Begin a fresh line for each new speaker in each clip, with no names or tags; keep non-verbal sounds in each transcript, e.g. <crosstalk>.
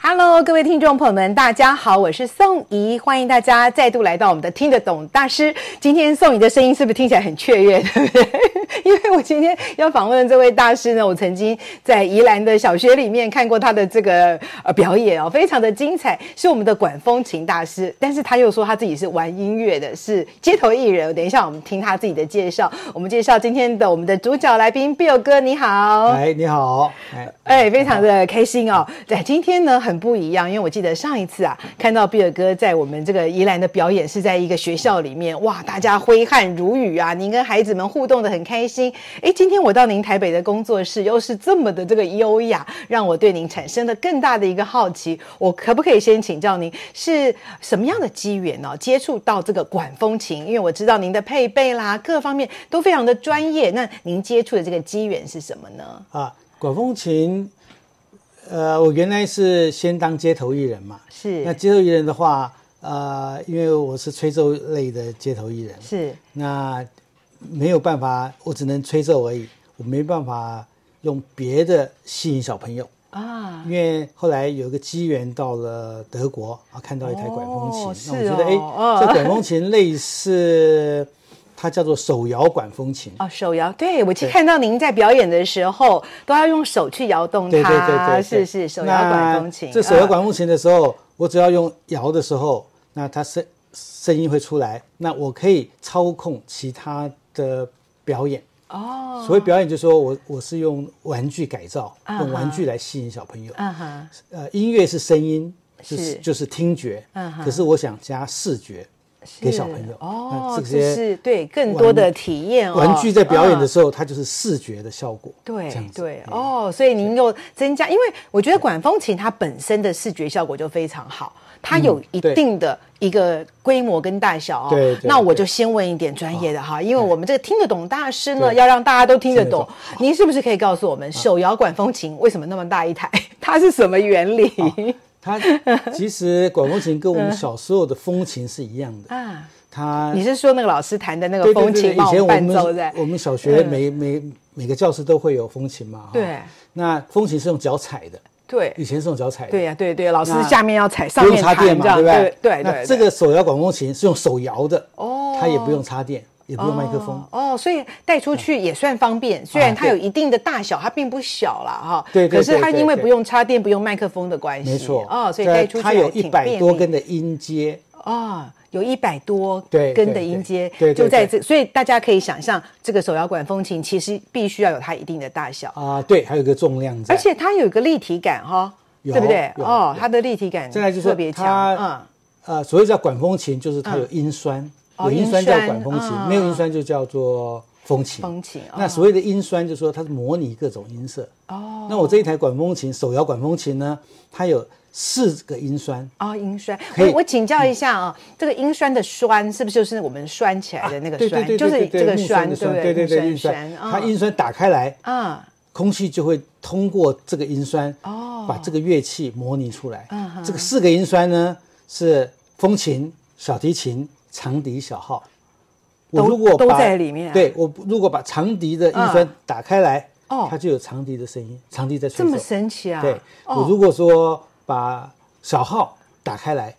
Hello，各位听众朋友们，大家好，我是宋怡，欢迎大家再度来到我们的听得懂大师。今天宋怡的声音是不是听起来很雀跃， <laughs> 对不对？因为我今天要访问的这位大师呢，我曾经在宜兰的小学里面看过他的这个呃表演哦，非常的精彩，是我们的管风琴大师。但是他又说他自己是玩音乐的，是街头艺人。等一下我们听他自己的介绍，我们介绍今天的我们的主角来宾 Bill 哥，你好。
哎，你好，哎，
哎，非常的开心哦！在今天呢，很不一样，因为我记得上一次啊，看到比尔哥在我们这个宜兰的表演是在一个学校里面，哇，大家挥汗如雨啊！您跟孩子们互动的很开心。哎，今天我到您台北的工作室，又是这么的这个优雅，让我对您产生了更大的一个好奇。我可不可以先请教您，是什么样的机缘呢、接触到这个管风琴？因为我知道您的配备啦，各方面都非常的专业。那您接触的这个机缘是什么呢？
啊，管风琴，呃，我原来是先当街头艺人嘛，
是
那街头艺人的话，呃，因为我是吹奏类的街头艺人，
是
那没有办法，我只能吹奏而已，我没办法用别的吸引小朋友，
啊，
因为后来有一个机缘到了德国啊，看到一台管风琴，
哦
那我觉得
是
哎、
哦嗯
这管风琴类似，它叫做手摇管风琴，
哦，手摇，对我去
对
看到您在表演的时候，都要用手去摇动它，
<laughs> 对对对对对，
是是，手摇管风琴，嗯
那这手摇管风琴的时候，我只要用摇的时候，那它声声音会出来，那我可以操控其他的表演。
啊、哦，
所谓表演，就是说我我是用玩具改造，
啊
用玩具来吸引小朋友。
嗯哼，
呃，音乐是声音，就是
是
就是听觉
嗯，哼
可是我想加视觉给小朋友
是。哦
那，这
就
些
是对更多的体验哦，
玩具在表演的
嗯
时候，它就是视觉的效果。
对
这样子嗯
对哦，所以您又增加，因为我觉得管风琴它本身的视觉效果就非常好，它有一
嗯对
定的一个规模跟大小哦。
对对
那我
对哦嗯
就先问一点专业的哈，因为我们这个听得懂大师呢，
对
要让大家都听得
听得
懂
懂。嗯
您是不是可以告诉我们，手摇管风琴为什么那么大一台？ <laughs> 它是什么原理？
它其实管风琴
<laughs>
跟我们小时候的风琴是一样的，
啊，
它
嗯 <laughs> 你是说那个老师弹的那个
对对
风
哦对
琴
对以
帮我
前
们
我
伴奏在嗯
们？我们小学每每每个教室都会有风琴嘛，哈
对。
那风琴是用脚踩的，
对
以前是用脚踩的，
对呀，对对，老师
那
下面要踩，上
不用
面
插
弹这
电嘛，
样，
对不对？
对
那
对，
这个手摇管风琴是用手摇的，
哦
它也不用插电，也不用麦克风，
哦，哦所以带出去也算方便。虽然它
嗯啊对
有一定的大小，它并不小啦。哈。
对对
可是它
对对
因为
对
不用插电、不用麦克风的关系，
没错。
哦，所以
在
带出去
它有
还
一
挺
百
便
多
利
根的音阶，
哦，有一百多
对
根的
对对
音阶，
对对
就在
对
这，所以大家可以想象，这个手摇管风琴其实必须要有它一定的大小，
啊，对，还有一个重量在。
而且它有一个立体感哈，
有
对不对？
有
哦，
有
它的立体感
再来就是
特别强，嗯
它，呃，所谓叫管风琴，就是它有音酸，
哦
有
音
音酸叫
酸
管风琴，
嗯
没有音酸就叫做风琴。
风琴哦
那所谓的音酸，就是说它是模拟各种音色。
哦。
那我这一台管风琴，手摇管风琴呢，它有四个音酸。
哦，音栓，
可以嗯
我我请教一下啊、这个音栓的栓是不是就是我们栓起来的哎那个
啊对
栓？
对对，
就是
对对
这个
木
栓，
的
对不
对对对，
木
音
栓
酸，
栓嗯
它音酸打开来，
啊、
空气就会通过这个音酸，
哦
把这个乐器模拟出来
嗯哼。
这个四个音酸呢，是风琴、小提琴、长笛、小号。我
都
如果
都
把
在里面啊
对我如果把长笛的音酸
嗯
打开来，
哦
它就有长笛的声音，长笛在吹
这么
奏。
神奇啊！
对，
哦
我如果说把小号打开来，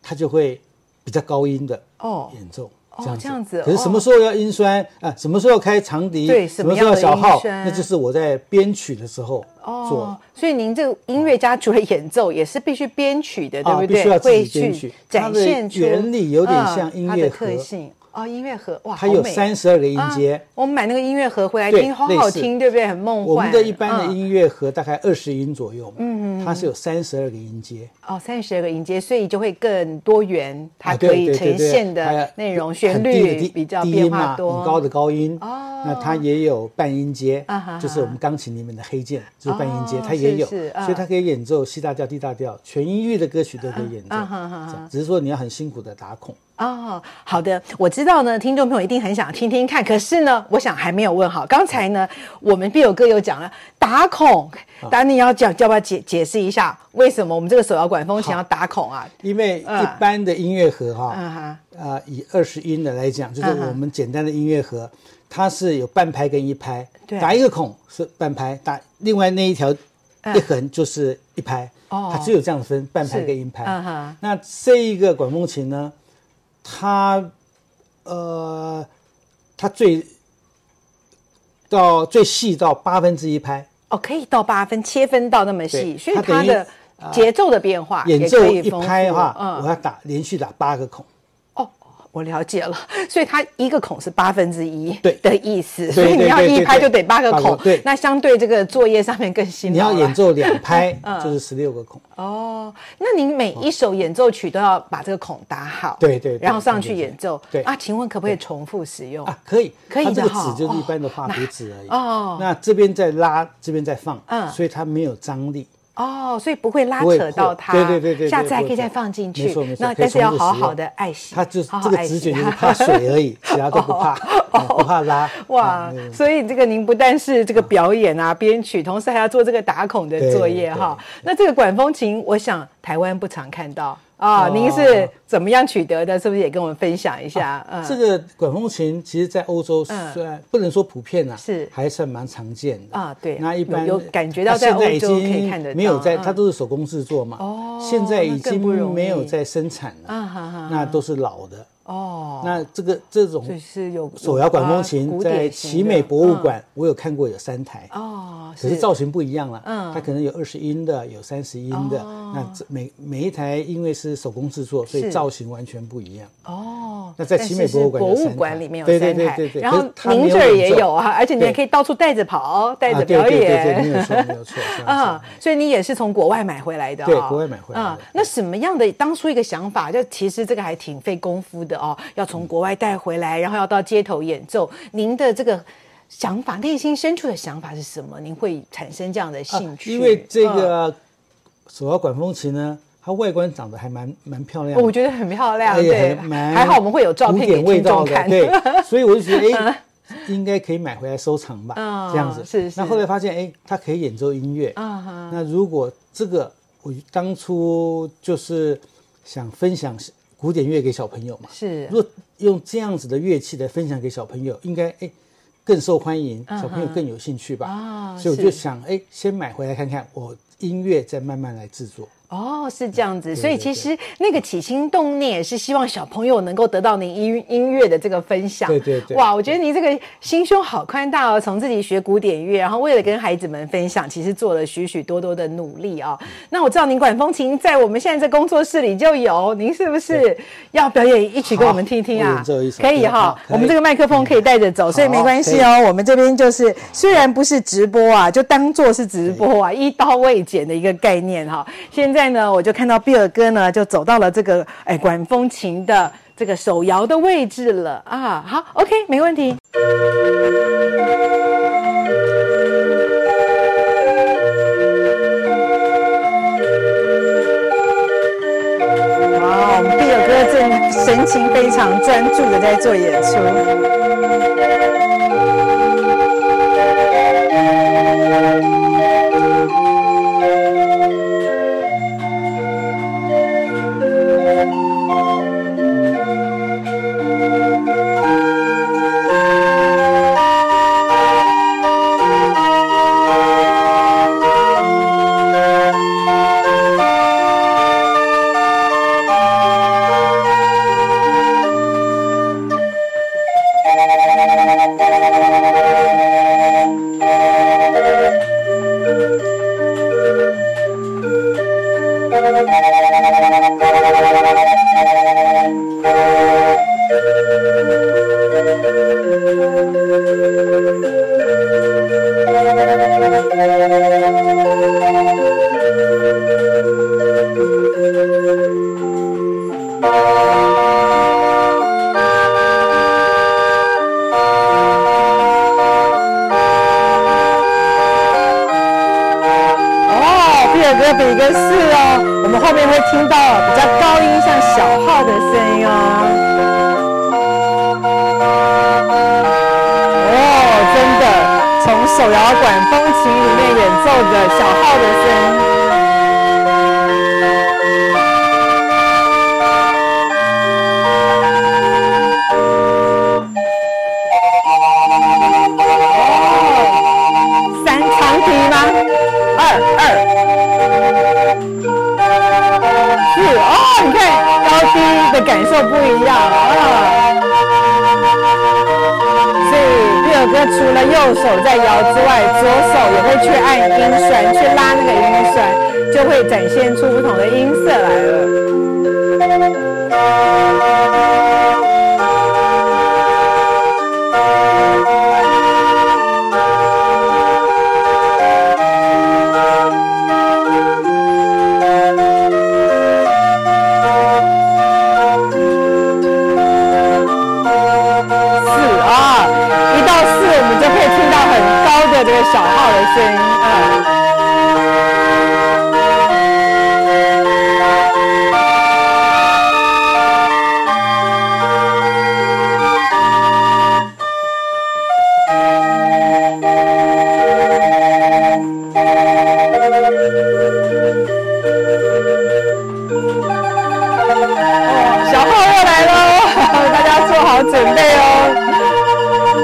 它就会比较高音的
哦
演奏。
哦
这样子，
这样子
可是什么时候要音酸啊？什么时候要开长笛？
对
什么时候要小
什么样的
号
音？酸
那就是我在编曲的时候做
哦，所以您这个音乐家除了演奏，也是必须编曲的，对
啊
不对？
必须要自己
会去
编曲
展现出
它的原理有点像
嗯
音乐
它的特
盒
性哦，音乐盒哇，
它
好
有
美
三十二个音阶。
啊我们买那个音乐盒回来
对
听，好
类
好
似
听，对不对？很梦幻。
我们的一般的
嗯
音乐盒大概二十音左右嘛，嗯它是有三十二个音阶，
哦，三十二个音阶，所以就会更多元，它
啊
可
对
以
对对
呈
对
现
还有
的内容、旋
很低的
律
低
比较
低
变
音
化
嘛，
多，
很高的高音。
哦
那它也有半音阶
啊哈哈，
就是我们钢琴里面的黑键，就是半音阶
哦，
它也有，
是是啊
所以它可以演奏 C 大调、D 大调，全音域的歌曲都可以演奏
啊哈哈哈。
这样只是说你要很辛苦的打孔。
哦，好的，我知道呢，听众朋友一定很想听听看，可是呢，我想还没有问好。刚才呢，我们必有哥有讲了打孔，
啊
丹尼要讲，要不要解解释一下，为什么我们这个手摇管风琴要打孔啊？
因为
嗯
一般的音乐盒哈、
嗯哈
啊，以二十音的来讲，就是
嗯哼
我们简单的音乐盒，它是有半拍跟一拍，
对
打一个孔是半拍，打另外那一条一横就是一拍，
嗯哦
它只有这样分半拍
是
跟一拍。
嗯哼
那这一个管风琴呢，它呃，它最到最细到八分之一拍，
哦，可以到八分，切分到那么细，
对
所以
它
它
等于啊
的节奏的变化
演
啊也
奏
可以
一
丰
拍的
富
话，
嗯
我要打连续打八个孔。
哦，我了解了，所以它一个孔是八分之一
对
的意思，
对
所以你
对
要
对
一
对
拍
对
就得八个
八个
孔，
对
那相对这个作业上面更辛
你
劳
要
了嗯
演奏
<laughs>
两拍，就是十六个孔。
哦，那您每一首演奏曲都要把这个孔打好，
对对对
然后上去
对对
演奏，
对
啊，请问可不可以重复使用？
啊，可以，
可以
它
的
这个
哈
纸就是一般的画笔纸而已。
哦
那这边在拉，这边在放，
嗯
所以它没有张力。
哦，所以不会拉
不会
扯到
破
它，
对对对对
下次还
不
可以
会
再
破
放进去，
没错没错
那
可以
但是要
重复
好
使用
好的爱惜，
它就是
好好
这个
爱惜
直觉就是
<laughs> 它
怕水而已，其他都不怕，嗯不怕拉。
哇
嗯没有，
所以这个您不但是这个表演啊、编曲，同时还要做这个打孔的作业哈
对。
那这个管风琴，我想台湾不常看到啊，
哦
您是怎么样取得的？是不是也跟我们分享一下？嗯，
这个管风琴其实，在欧洲
嗯
虽然不能说普遍啊，
是
还算蛮常见的
啊对
那一般
有有感觉到
它
在
现在
欧
已
洲可以
经
看得到
没有在，
嗯
它都是手工制作嘛。
哦
现在
那
已
更不容
经没有
易
在生产了，
啊哈哈
那都是老的。
哦，
那这个这种
所以是有
手摇管风琴在奇美博物。
有啊古典型的
馆，我有看过有三台，
嗯哦，
可是造型不一样了。
嗯
它可能有二十音的，有三十音的。
哦
那这每每一台因为是手工制作，所
是
以造型完全不一样。
哦，
那在
但
奇
是
美博
是
物馆
博
有三
物
台
馆里面有
对
三
对
台，
对对对
然
可
后
是它
您
没有
这儿
演
也
奏
有啊，而且你还
对
可以到处带着跑，带着
啊，对
表
对
演，
对对，没有错，
<laughs>
没有错。这样
啊
子，
所以你也是从国外买回来的、哦，
对国外买回来的
啊、那什么样的当初一个想法，就其实这个还挺费功夫的
嗯
哦，要从国外带回来，然后要到街头演奏。您的这个想法，内心深处的想法是什么？您会产生这样的兴趣？
啊因为这
嗯、
个手摇管风琴呢，它外观长得还蛮蛮漂亮
嗯
的。
哦我觉得很漂亮，
哎呀
对，
还蛮
还好我们会有照片给
古典味
听
道
众
的，
看，
对，所以我就觉
<laughs>
得，哎，应该可以买回来收藏吧，
嗯
这样子。
是是
那后来发现，哎，它可以演奏音乐。
啊哈
那如果这个，我当初就是想分享古典乐给小朋友嘛，
<laughs> 是
如果用这样子的乐器来分享给小朋友，应该哎。更受欢迎，小朋友更有兴趣吧？
嗯啊
所以我就是想，哎，先买回来看看，我音乐再慢慢来制作。
哦，是这样子，所以
对
其
对
实那个起心动念也是希望小朋友能够得到您音音乐的这个分享。
对对对
哇，我觉得您这个心胸好宽大哦，从自己学古典乐，然后为了跟孩子们分享，其实做了许许多多的努力哦。
嗯
那我知道您管风琴在我们现在这工作室里就有，您是不是要表演一曲给我们听听
好我
啊
演奏一？首
可以哈、
可以
我们这个麦克风可以带着走，所以没关系哦。我们这边就是虽然不是直播啊，就当做是直播啊，一刀未剪的一个概念哈、现在呢，我就看到比尔哥呢，就走到了这个哎管风琴的这个手摇的位置了啊。好，OK，没问题。哇，我们毕尔哥正神情非常专注的在做演出。
Thank you.
比尔哥比个四哦，我们后面会听到比较高音像小号的声音哦。哦，真的，从手摇管风琴里面演奏的小号的声音。三长笛吗？二二四哦，你看高低的感受不一样啊。所以比尔哥除了右手在摇之外，左手也会去按音栓，去拉那个音栓，就会展现出不同的音色来了。四啊，一到四我们就可以听到很高的这个小号的声音啊。哦小号又来喽， <laughs> 大家做好准备哦。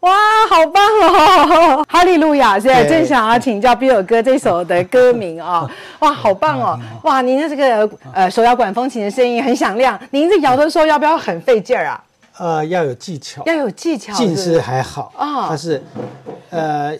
哇，好棒哦！哈利路亚！现在
对
正想要请教比尔哥这首的歌名啊、哇，好棒哦！哇，您的这个呃手摇管风琴的声音很响亮，您在摇的时候要不要很费劲儿啊？
呃，要有技巧，
要有技巧
近
是不
视
是
还好，
哦
它是，呃，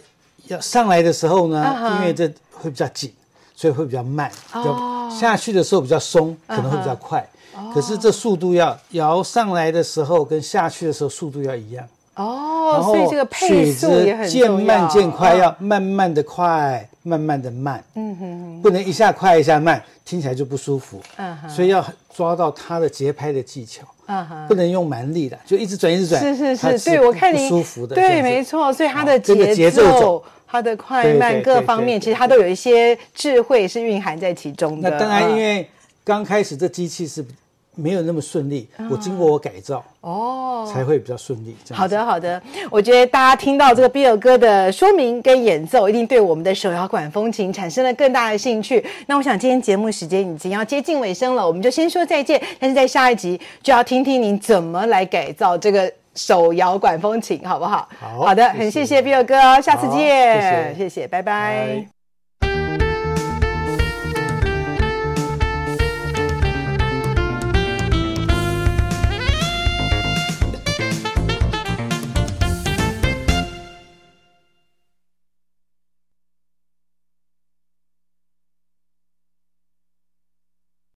要上来的时候呢
嗯，哼
因为这会比较紧，所以会比较慢，
哦嗯哦
就下去的时候比较松，可能会比较快。可是这速度要摇上来的时候跟下去的时候速度要一样，
哦
然，后
所以这个配
曲
速
子
也很
渐
重要。
慢渐快，
嗯
要慢慢的快，慢慢的慢，嗯哼，不能一下快一下慢，听起来就不舒服，
嗯哼
所以要抓到它的节拍的技巧，
嗯哼
不能用蛮力的，就一直转一直转，
是是
它
是，对我看
不
您
舒服的，
对，没
没错。
错，所以它
哦
的
跟着
节
节奏
奏
走、
它的快
对
慢
对
各
对
方
对
面，
对
其实它都有一些智慧是蕴含在其中的。
那当然，
嗯
因为刚开始这机器是没有那么顺利，我经过我改造
啊哦，
才会比较顺利。这样
好的，好的，我觉得大家听到这个比尔哥的说明跟演奏，一定对我们的手摇管风琴产生了更大的兴趣。那我想今天节目时间已经要接近尾声了，我们就先说再见，但是在下一集就要听听您怎么来改造这个手摇管风琴，好不好？
好
的，
谢
很谢
谢
谢比尔哥哦，下次
好
见，
谢谢
谢谢，拜拜
拜